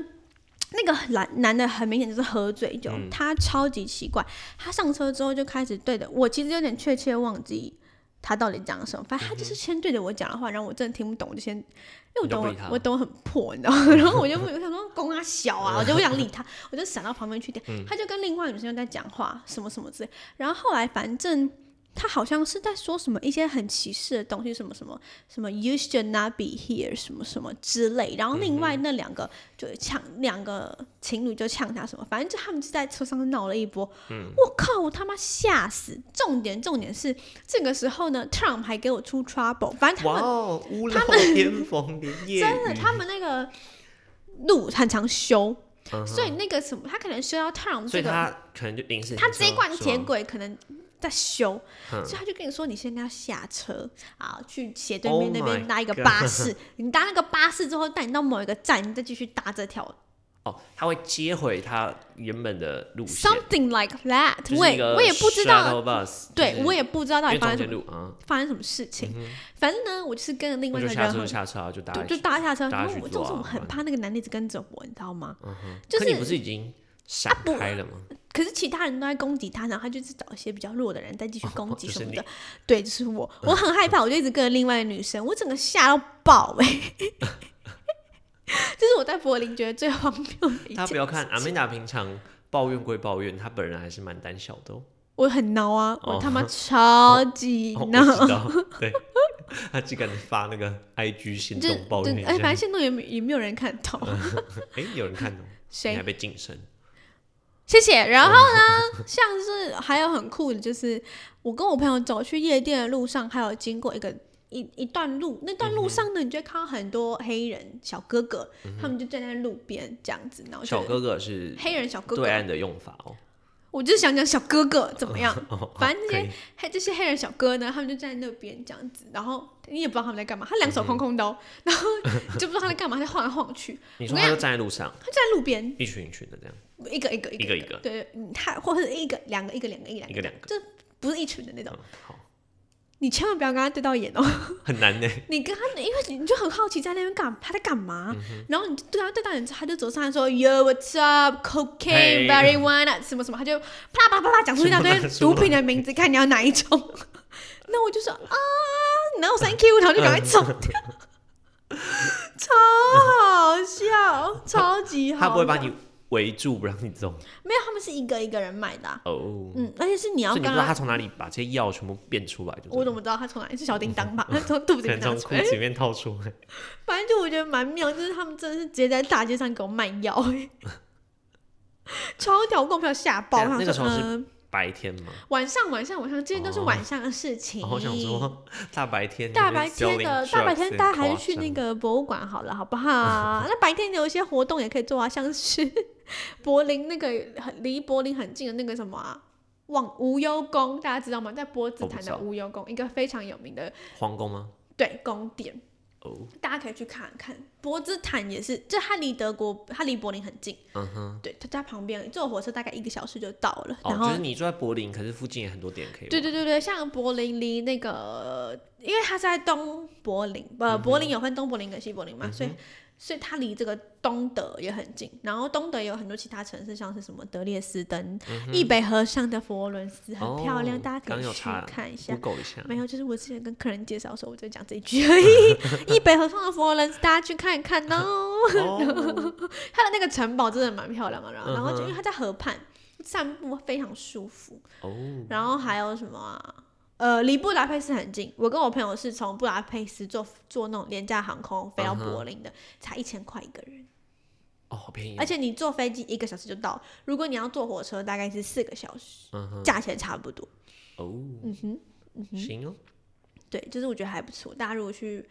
Speaker 2: 那个男男的很明显就是喝醉酒，
Speaker 1: 嗯
Speaker 2: 他超级奇怪，他上车之后就开始对着我，其实有点确切忘记他到底讲了什么，反正他就是先对着我讲的话，然后我真的听不懂，我就先，因为我
Speaker 1: 嗯你就不
Speaker 2: 懂
Speaker 1: 理他
Speaker 2: 我懂很破，你知 道吗？然后我就不我想说公啊小
Speaker 1: 嗯
Speaker 2: 啊，我就不想理他，我就闪到旁边去一点，他就跟另外女生又在讲话什么什么之类，然后后来反正。他好像是在说什么一些很歧视的东西，什么什么什么 “you should not be here” 什么什么之类。然后另
Speaker 1: 嗯
Speaker 2: 外那两个就呛两个情侣就呛他什么，反正就他们就在车上闹了一波。
Speaker 1: 嗯
Speaker 2: 我靠，我他妈吓死！重点重点是这个时候呢，Trump 还给我出 trouble，反正他
Speaker 1: 哇
Speaker 2: 们
Speaker 1: 哦，屋漏偏逢连夜
Speaker 2: 真的
Speaker 1: 雨，
Speaker 2: 他们那个路很常修，
Speaker 1: 嗯哼
Speaker 2: 所以那个什么他可能修到 Trump
Speaker 1: 所
Speaker 2: 这
Speaker 1: 以
Speaker 2: 个，
Speaker 1: 他可能就临时
Speaker 2: 他
Speaker 1: 停车
Speaker 2: 这一罐
Speaker 1: 是吗
Speaker 2: 铁轨可能。在修，
Speaker 1: 嗯
Speaker 2: 所以他就跟你说，你现在要下车啊，去斜对面
Speaker 1: Oh
Speaker 2: 那边
Speaker 1: my
Speaker 2: 搭一个
Speaker 1: God
Speaker 2: 巴士。你搭那个巴士之后，带你到某一个站，你再继续搭这条
Speaker 1: 哦，他会接回他原本的路线，
Speaker 2: something like that
Speaker 1: 就
Speaker 2: 我
Speaker 1: 是一
Speaker 2: 也
Speaker 1: 个
Speaker 2: 我也不知道，
Speaker 1: shuttle bus，
Speaker 2: 对、
Speaker 1: 就是
Speaker 2: 我也不知道到底
Speaker 1: 因为
Speaker 2: 发生
Speaker 1: 中
Speaker 2: 什
Speaker 1: 间
Speaker 2: 么
Speaker 1: 路啊，
Speaker 2: 发生什么事情。反正呢，我就是跟着另
Speaker 1: 那
Speaker 2: 外一
Speaker 1: 就
Speaker 2: 个
Speaker 1: 下
Speaker 2: 人
Speaker 1: 车
Speaker 2: 很，
Speaker 1: 下车啊，就搭
Speaker 2: 对，
Speaker 1: 一
Speaker 2: 就
Speaker 1: 起
Speaker 2: 搭下车。
Speaker 1: 大
Speaker 2: 然
Speaker 1: 家
Speaker 2: 后
Speaker 1: 去
Speaker 2: 我
Speaker 1: 做
Speaker 2: 就
Speaker 1: 啊
Speaker 2: 是我很怕那个男的一直跟着我，你知道吗？
Speaker 1: 嗯哼
Speaker 2: 就
Speaker 1: 可你
Speaker 2: 是啊
Speaker 1: 不是已经闪
Speaker 2: 不
Speaker 1: 开了吗？
Speaker 2: 可是其他人都在攻击他，然后他就是找一些比较弱的人再继续攻击
Speaker 1: 就是
Speaker 2: 什么
Speaker 1: 你
Speaker 2: 的。对，就是我，我很害怕，我就一直跟着另外一个女生，我整个吓到爆哎、欸 就是我在柏林觉得最荒谬的一
Speaker 1: 大家不
Speaker 2: 件，
Speaker 1: 要看阿美达平常抱怨归抱怨，她本人还是蛮胆小的哦。
Speaker 2: 我很孬啊，我
Speaker 1: 哦
Speaker 2: 他妈超 级
Speaker 1: 哦，我
Speaker 2: 孬。
Speaker 1: 知道， 对，他只敢发那个 IG 行
Speaker 2: 就
Speaker 1: 动抱
Speaker 2: 就
Speaker 1: 怨一
Speaker 2: 哎，反正
Speaker 1: 下。
Speaker 2: 现在也没也没有人看 到，
Speaker 1: 哎，有人看到，你还
Speaker 2: 谁？
Speaker 1: 被晋升，
Speaker 2: 谢谢。然后呢，像是还有很酷的，就是我跟我朋友走去夜店的路上，还有经过一个一一段路，那段路上呢，你就会看到很多黑人小哥哥，他们就站在路边这样子，然后就
Speaker 1: 嗯小哥哥是
Speaker 2: 黑人小哥
Speaker 1: 对
Speaker 2: 哥，
Speaker 1: 岸的用法哦。
Speaker 2: 我就想讲小哥哥怎么样。
Speaker 1: 哦
Speaker 2: 反正这
Speaker 1: 可
Speaker 2: 些
Speaker 1: 以
Speaker 2: 黑 这些黑人小哥呢，他们就站在那边这样子，然后你也不知道他们在干嘛，他两手空空的、哦，然后 你就不知道他在干嘛，他就晃来晃去，
Speaker 1: 你
Speaker 2: 我
Speaker 1: 说
Speaker 2: 跟
Speaker 1: 他就站在路上，
Speaker 2: 他就在路边
Speaker 1: 一群一群的这样，
Speaker 2: 一个一个一个
Speaker 1: 一个一个，
Speaker 2: 对，嗯他或者是一个两个一个两个一个两
Speaker 1: 一个，
Speaker 2: 个
Speaker 1: 两个，
Speaker 2: 不是一群的那种
Speaker 1: 嗯。好，
Speaker 2: 你千万不要跟他对到眼哦，
Speaker 1: 很难呢。
Speaker 2: 你跟他，因为你就很好奇在那边干他在干嘛，
Speaker 1: 嗯
Speaker 2: 然后你对他对到眼之后，他就走上来说 Yo what's up
Speaker 1: Hey
Speaker 2: cocaine marijuana 什么什么，他就啪啦啪啦啪啦讲出一大堆
Speaker 1: 什么什
Speaker 2: 毒
Speaker 1: 么
Speaker 2: 品的名字，看你要哪 一种。那我就说啊，然后 thank you，然后就赶快走掉，
Speaker 1: 嗯
Speaker 2: 超好笑，超级好笑。
Speaker 1: 他不会把你围住不让你走
Speaker 2: 没有，他们是一个一个人买的啊、
Speaker 1: 哦。
Speaker 2: 嗯，而且是你要
Speaker 1: 所以
Speaker 2: 跟
Speaker 1: 你不知道他从哪里把这些药全部变出来，就对
Speaker 2: 我怎
Speaker 1: 了
Speaker 2: 么知道他从哪里是小叮当吧？他 从肚子
Speaker 1: 嗯可
Speaker 2: 里
Speaker 1: 能
Speaker 2: 面拿
Speaker 1: 从
Speaker 2: 出
Speaker 1: 裤
Speaker 2: 来。
Speaker 1: 子里面掏出来。
Speaker 2: 反正就我觉得蛮妙，就是他们真的是直接在大街上给我卖药、 欸，超屌！我跟我朋友吓爆，
Speaker 1: 对啊
Speaker 2: 他
Speaker 1: 那个
Speaker 2: 说：“
Speaker 1: 时候是
Speaker 2: 嗯、
Speaker 1: 白天嘛，
Speaker 2: 晚上晚上晚上，这些都是
Speaker 1: 哦
Speaker 2: 晚上的事情。
Speaker 1: 然后我想说大白天，
Speaker 2: 大白天的，大白天大家还是去那
Speaker 1: 个。
Speaker 2: 个博物馆好了，好不好？ 那白天有一些活动也可以做啊，像是 柏林那个很离柏林很近的那个什么、啊。望无忧宫，大家知道吗？在波茨
Speaker 1: 我不
Speaker 2: 坦
Speaker 1: 知
Speaker 2: 的
Speaker 1: 道
Speaker 2: 无忧宫，一个非常有名的
Speaker 1: 皇宫吗？
Speaker 2: 对宫殿。
Speaker 1: 哦，
Speaker 2: 大家可以去看看。波茨坦也是，就它离德国，它离柏林很近，
Speaker 1: 嗯哼，
Speaker 2: 对，它在旁边，坐火车大概一个小时就到了。然
Speaker 1: 哦，
Speaker 2: 后，
Speaker 1: 就是你住在柏林，可是附近也很多点可以玩。
Speaker 2: 对对对对，像柏林离那个，因为它是在东柏林，
Speaker 1: 嗯
Speaker 2: 呃，柏林有分东柏林跟西柏林嘛，所以。所以它离这个东德也很近，然后东德也有很多其他城市，像是什么德列斯登、易、北河上的佛罗伦斯，很漂
Speaker 1: 嗯
Speaker 2: 亮，
Speaker 1: 哦
Speaker 2: 大家可
Speaker 1: 刚
Speaker 2: 以
Speaker 1: 有
Speaker 2: 去
Speaker 1: 查
Speaker 2: 看一下。
Speaker 1: ，Google 一下。
Speaker 2: 没有，就是我之前跟客人介绍的时候，我就讲这一句 而已。一北河上的佛罗伦斯，大家去看一看哦。
Speaker 1: 哦，
Speaker 2: 它的那个城堡真的蛮漂亮的，然后然后就因
Speaker 1: 嗯
Speaker 2: 为
Speaker 1: 哼
Speaker 2: 它在河畔，散步非常舒服。
Speaker 1: 哦，
Speaker 2: 然后还有什么啊？呃，离布达佩斯很近。我跟我朋友是从布达佩斯坐坐那种廉价航空飞到
Speaker 1: 嗯哼
Speaker 2: 柏林的才一千块一个人，
Speaker 1: 哦，好便宜
Speaker 2: 而
Speaker 1: 哦。
Speaker 2: 且你坐飞机一个小时就到，如果你要坐火车大概是四个小时，
Speaker 1: 嗯哼，
Speaker 2: 价钱差不多。
Speaker 1: 哦，
Speaker 2: 嗯哼。
Speaker 1: 行哦，
Speaker 2: 对，就是我觉得还不错。大家如果去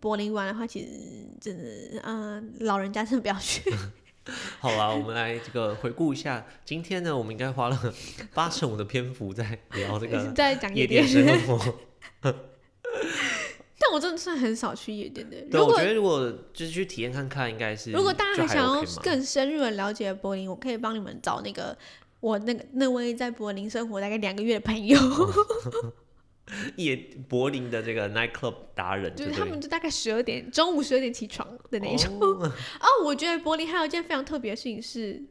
Speaker 2: 柏林玩的话，其实真的，嗯、老人家真的不要去。
Speaker 1: 好啦，我们来这个回顾一下，今天呢，我们应该花了八成五的篇幅在聊这个
Speaker 2: 再讲
Speaker 1: 夜
Speaker 2: 夜店
Speaker 1: 店，生活。
Speaker 2: 但我真的算很少去夜店的。
Speaker 1: 对，
Speaker 2: 如
Speaker 1: 我
Speaker 2: 果
Speaker 1: 觉得如果就是去体验看看，应该是
Speaker 2: 如果大家
Speaker 1: 就
Speaker 2: 还
Speaker 1: 还
Speaker 2: 想要
Speaker 1: OK 嘛
Speaker 2: 更深入的了解柏林，我可以帮你们找那个我那个那位在柏林生活大概两个月的朋友。
Speaker 1: 夜柏林的这个 nightclub 达人，
Speaker 2: 就
Speaker 1: 对
Speaker 2: 是
Speaker 1: 不
Speaker 2: 他
Speaker 1: 对？
Speaker 2: 们就大概十二点，中午十二点起床的那一种。哦
Speaker 1: 哦
Speaker 2: 我觉得柏林还有一件非常特别的事情是，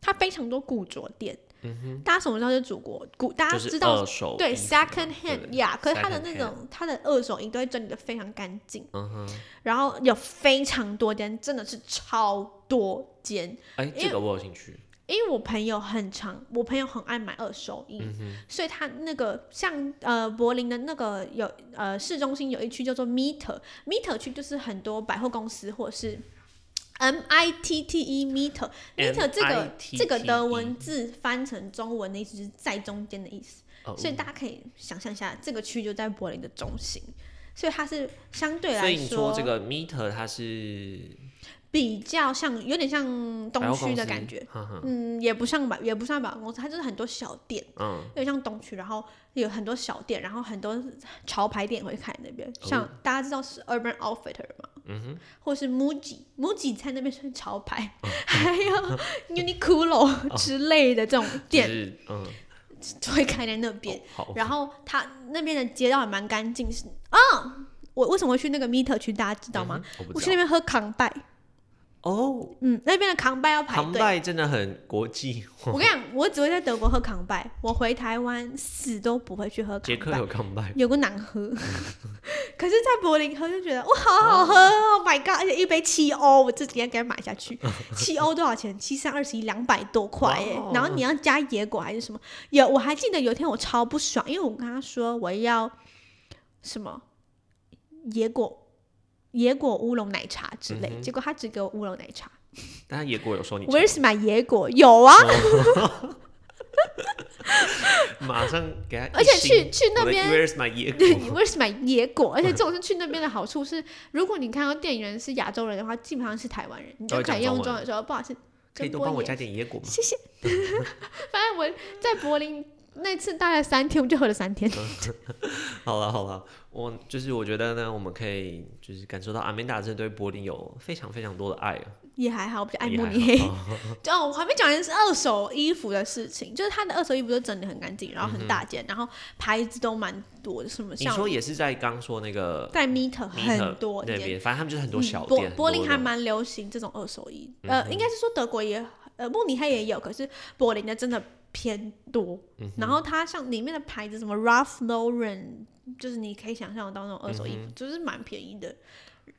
Speaker 2: 它非常多古着店。嗯、大家什么时候是祖国古？ 大家
Speaker 1: 就是
Speaker 2: 知道、
Speaker 1: 二手
Speaker 2: 对
Speaker 1: 衣服嘛
Speaker 2: second
Speaker 1: 对
Speaker 2: hand 呀可是它的
Speaker 1: second
Speaker 2: 那种它的二手衣都会整理的非常干净，
Speaker 1: 嗯哼，
Speaker 2: 然后有非常多间，真的是超多间。
Speaker 1: 哎，这个我有兴趣。
Speaker 2: 因为我朋友很常，我朋友很爱买二手衣，
Speaker 1: 嗯
Speaker 2: 所以他那个像呃柏林的那个有呃市中心有一区叫做 Meter，Meter 区就是很多百货公司或是 M I T T E Meter Meter 这个
Speaker 1: MITTE
Speaker 2: 这个的文字翻成中文的意思就是在中间的意思，
Speaker 1: 哦
Speaker 2: 所以大家可以想象一下，这个区就在柏林的中心，所以它是相对
Speaker 1: 所
Speaker 2: 来
Speaker 1: 以你说
Speaker 2: 说
Speaker 1: 这个 meter 它是
Speaker 2: 比较像有点像
Speaker 1: 百
Speaker 2: 东
Speaker 1: 货
Speaker 2: 区
Speaker 1: 公
Speaker 2: 的
Speaker 1: 司
Speaker 2: 感觉。，
Speaker 1: 哈哈
Speaker 2: 嗯，也不像百，也不像百货公司，它就是很多小店，
Speaker 1: 嗯，
Speaker 2: 有点像东区，然后有很多小店，然后很多潮牌店会开那
Speaker 1: 哦
Speaker 2: 边，像大家知道是 Urban Outfitter 嘛，嗯哼，或是 Muji，Muji 在那边算潮牌，
Speaker 1: 哦
Speaker 2: 还 有 Uniqlo 之类的这种
Speaker 1: 就
Speaker 2: 店
Speaker 1: 是嗯，
Speaker 2: 会开在那边，
Speaker 1: 哦好，
Speaker 2: 然后它那边的街道也蛮干净，是啊，我为什么会去那个 Meter 区，大家知道吗
Speaker 1: 嗯？？我不
Speaker 2: 我
Speaker 1: 知
Speaker 2: 去
Speaker 1: 道
Speaker 2: 那边喝康拜，
Speaker 1: 哦，
Speaker 2: 嗯，那边的康拜要排
Speaker 1: 杭
Speaker 2: 队。
Speaker 1: 拜真的很国际
Speaker 2: 我
Speaker 1: 化，
Speaker 2: 跟你讲，我只会在德国喝康拜，我回台湾死都不会去喝
Speaker 1: 捷
Speaker 2: 康
Speaker 1: 克
Speaker 2: 拜，
Speaker 1: 有康拜，
Speaker 2: 有个难 喝。可是，在柏林喝就觉得哇，好好喝，Oh my god！而且一杯七欧，我这几天给它买 下去，七欧多少钱？七三二十一，两百多块耶
Speaker 1: 哇哦。
Speaker 2: 然后你要加野果还是什么？有，我还记得有一天我超不爽，因为我跟他说我要什么野果野果乌龙奶茶之类，
Speaker 1: 嗯哼
Speaker 2: 结果他只给我乌龙奶茶。
Speaker 1: 但野果有收你钱，
Speaker 2: Where's my 野果？有啊，
Speaker 1: 马上给他一星，
Speaker 2: 而且去去那
Speaker 1: 我的
Speaker 2: 边
Speaker 1: Where's my 野
Speaker 2: 对，
Speaker 1: 果？
Speaker 2: 你为什么买野果？而且这种是去那边的好处是，如果你看到店员是亚洲人的话，基本上是台湾人，你
Speaker 1: 都会
Speaker 2: 就可以
Speaker 1: 讲中
Speaker 2: 用
Speaker 1: 文
Speaker 2: 中文说哦不好意思，
Speaker 1: 可以
Speaker 2: 这
Speaker 1: 多
Speaker 2: 波
Speaker 1: 帮我
Speaker 2: 野
Speaker 1: 加点野果吗？
Speaker 2: 谢谢。反正我在柏林那次大概三天，我就喝了 三天。
Speaker 1: 好了好了，我就是我觉得呢，我们可以就是感受到阿美达这对柏林有非常非常多的爱啊，
Speaker 2: 也还好，我比较爱
Speaker 1: 也
Speaker 2: 慕
Speaker 1: 还
Speaker 2: 尼黑。
Speaker 1: 好 哦
Speaker 2: 就哦，我还没讲完是二手衣服的事情，就是他的二手衣服都整理很干净，然后很大件，然后牌子都蛮多的，什么
Speaker 1: 嗯你
Speaker 2: 像
Speaker 1: 说也是在刚说那个
Speaker 2: 在 Meter 很
Speaker 1: Meetup
Speaker 2: 多
Speaker 1: 那
Speaker 2: 间，
Speaker 1: 边，反正他们就是很多嗯
Speaker 2: 嗯
Speaker 1: 小
Speaker 2: 柏
Speaker 1: 店，
Speaker 2: 柏林还
Speaker 1: 还
Speaker 2: 蛮流行这种二手衣，呃，应该是说德国也，呃，慕尼黑也有，可是柏林的真的偏多。
Speaker 1: 嗯
Speaker 2: 然后它像里面的牌子什么 Ralph Lauren，就是你可以想象得到那种二手衣
Speaker 1: 嗯
Speaker 2: 服，就是蛮便宜的。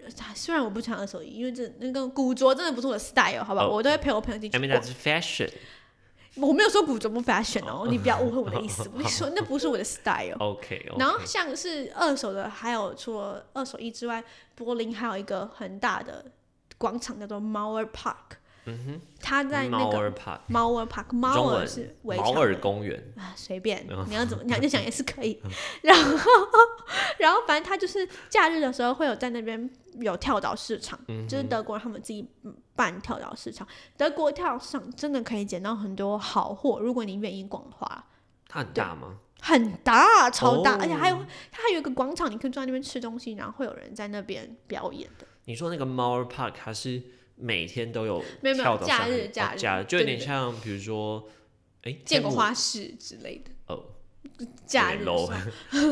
Speaker 2: 呃虽然我不穿二手衣，因为这那个古着真的不是我的 style，好吧，
Speaker 1: 哦
Speaker 2: 我都会陪我朋友进去
Speaker 1: 阿美
Speaker 2: 逛
Speaker 1: 达。是 fashion，
Speaker 2: 我没有说古着不 fashion 哦，你不要误会我的 意思。我跟你说，那不是我的 style。
Speaker 1: OK，
Speaker 2: 然后像是二手的，还有除了二手衣之外，柏林还有一个很大的广场叫做 Mauer Park。嗯哼，它在那
Speaker 1: 猫
Speaker 2: 个
Speaker 1: 儿 park，
Speaker 2: Mauer Park，
Speaker 1: 中
Speaker 2: Mauer 嗯
Speaker 1: 文
Speaker 2: 是围
Speaker 1: 毛
Speaker 2: 墙
Speaker 1: 尔
Speaker 2: 的。
Speaker 1: 公园，
Speaker 2: 啊，随便
Speaker 1: 哦
Speaker 2: 你要怎么 想就想也是可以，然后然后反正它就是假日的时候会有在那边有跳蚤市场，
Speaker 1: 嗯
Speaker 2: 就是德国人他们自己嗯办跳蚤市场，德国跳蚤市场真的可以捡到很多好货，如果你愿意逛的话。
Speaker 1: 它很大吗？
Speaker 2: 很大，超大，
Speaker 1: 哦
Speaker 2: 而且还有它还有一个广场，你可以坐在那边吃东西，然后会有人在那边表演的。
Speaker 1: 你说那个猫儿 park，它是每天都有
Speaker 2: 没有没
Speaker 1: 跳
Speaker 2: 有
Speaker 1: 蚤
Speaker 2: 假日
Speaker 1: 上
Speaker 2: 假
Speaker 1: 哦
Speaker 2: 日
Speaker 1: 假日就有
Speaker 2: 对
Speaker 1: 点
Speaker 2: 对对
Speaker 1: 像，比如说，哎，
Speaker 2: 建
Speaker 1: 天母
Speaker 2: 国花市之类的，
Speaker 1: 哦，
Speaker 2: 假日的时
Speaker 1: 楼
Speaker 2: 候，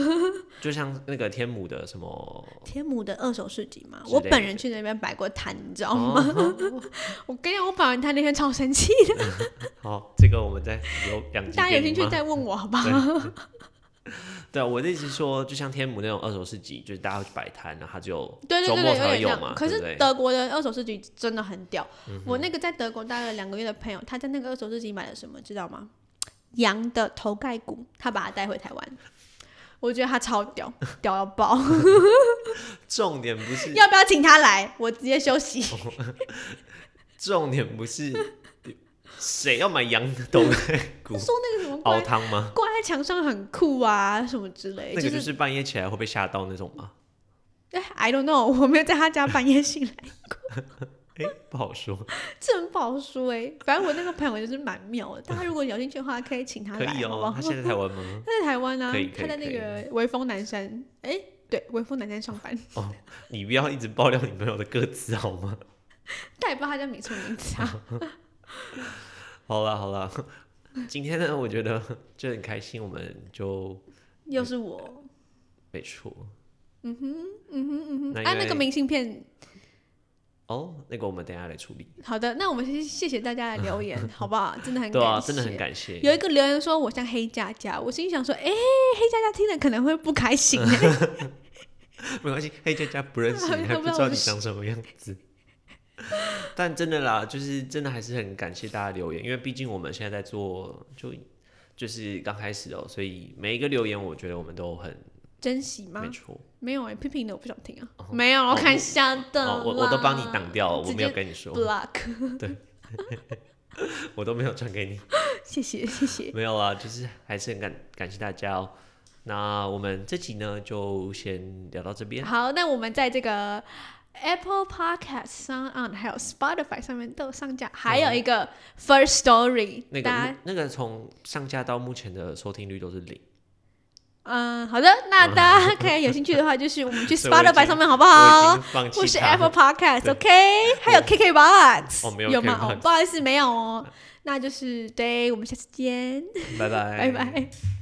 Speaker 1: 就像那个天母的 什么，
Speaker 2: 天母的二手市集嘛，
Speaker 1: 之类的
Speaker 2: 我本人去那边摆过摊，你知道吗？
Speaker 1: 哦，
Speaker 2: 我跟你讲，我摆完摊那天超生气的，
Speaker 1: 好，这个我们再有两集
Speaker 2: 大家有
Speaker 1: 给你
Speaker 2: 兴趣
Speaker 1: 吗
Speaker 2: 再问我好不好？
Speaker 1: 对，对啊我的意思是说，就像天母那种二手市集，就是大家会去摆摊，然后它就
Speaker 2: 对对
Speaker 1: 周
Speaker 2: 对
Speaker 1: 末
Speaker 2: 对，
Speaker 1: 才
Speaker 2: 有
Speaker 1: 会
Speaker 2: 点
Speaker 1: 有
Speaker 2: 像。
Speaker 1: 嘛，
Speaker 2: 可
Speaker 1: 对不嗯
Speaker 2: 是
Speaker 1: 对？
Speaker 2: 德国的二手市集真的很屌。我那个在德国待了两个月的朋友，他在那个二手市集买了什么，知道吗？羊的头盖骨，他把它带回台湾。我觉得他超屌， 屌到爆！
Speaker 1: 重点不是，
Speaker 2: 要不要请他来？我直接休息。
Speaker 1: 哦重点不是 谁要买羊的头盖骨
Speaker 2: 说那个什么
Speaker 1: 熬
Speaker 2: 挂
Speaker 1: 汤吗？
Speaker 2: 挂在墙上很酷啊，什么之类，
Speaker 1: 那个就
Speaker 2: 就
Speaker 1: 是是半夜起来会被吓到那种吗？
Speaker 2: 哎，I don't know，我没有在他家半夜醒来，
Speaker 1: 哎，不好说，
Speaker 2: 这很不好说哎、反正我那个朋友就是蛮妙的，大家如果有兴趣的话，可以请他
Speaker 1: 可
Speaker 2: 来，
Speaker 1: 以
Speaker 2: 好
Speaker 1: 哦他
Speaker 2: 不。好？
Speaker 1: 现在在台湾吗？
Speaker 2: 他在台湾啊
Speaker 1: 可以可，以
Speaker 2: 他在那个微风南山，哎、对，微风南山上 班，
Speaker 1: 哦，你不要一直爆料你朋友的歌词好吗？
Speaker 2: 但也不知道他叫什么名字啊。
Speaker 1: 好啦好啦， 今天呢，我觉得就很开心，我们就
Speaker 2: 又是我，
Speaker 1: 没错。
Speaker 2: 嗯
Speaker 1: 那
Speaker 2: 哼，啊，
Speaker 1: 因
Speaker 2: 那个
Speaker 1: 为
Speaker 2: 明信片，
Speaker 1: 哦，那个我们等一下来处理。
Speaker 2: 好的，那我们先谢谢大家的 留言，好不好？真的很
Speaker 1: 对啊，
Speaker 2: 感
Speaker 1: 真的很
Speaker 2: 谢。
Speaker 1: 感谢。
Speaker 2: 有一个留言说我像黑佳佳，我心想说，哎、黑佳佳听了可能会不 开心，
Speaker 1: 没关系，黑佳佳不认 识你，还
Speaker 2: 他不
Speaker 1: 不
Speaker 2: 知道
Speaker 1: 知
Speaker 2: 我
Speaker 1: 道你
Speaker 2: 是
Speaker 1: 长什么样 子。但真的啦，就是真的还是很感谢大家留言，因为毕竟我们现在在做，就就是刚开始哦、所以每一个留言，我觉得我们都很
Speaker 2: 珍惜吗
Speaker 1: 没？错。
Speaker 2: 没有哎、批评的我不想听啊，没有，我开玩笑的啦、
Speaker 1: 哦，我我都帮你挡掉了，我
Speaker 2: 直
Speaker 1: 没有
Speaker 2: 接
Speaker 1: 跟你说，
Speaker 2: block，
Speaker 1: 我都没有传给 你，
Speaker 2: 谢谢谢谢，
Speaker 1: 没有啊，就是还是很感感谢大家哦、那我们这集呢，就先聊到这边。
Speaker 2: 好，那我们在这个 Apple Podcast 上、on 还有 Spotify 上面都有上架，还有一个 First Story，、
Speaker 1: 那
Speaker 2: 大家
Speaker 1: 个那个从上架到目前的收听率都是零，
Speaker 2: 嗯，好的，那大 家可以有兴趣的话，就是我们去
Speaker 1: 所以我已经
Speaker 2: Spotify 上面好不
Speaker 1: 我已
Speaker 2: 好
Speaker 1: 经？放弃
Speaker 2: 啊或是
Speaker 1: 它
Speaker 2: Apple
Speaker 1: 了。对哦
Speaker 2: Podcast，OK？、还有 KKBox，、
Speaker 1: 哦没有
Speaker 2: 吗？
Speaker 1: KKBOX
Speaker 2: 哦，不好意思，没有哦。那就是对，我们下次见，
Speaker 1: 拜拜，
Speaker 2: 拜拜。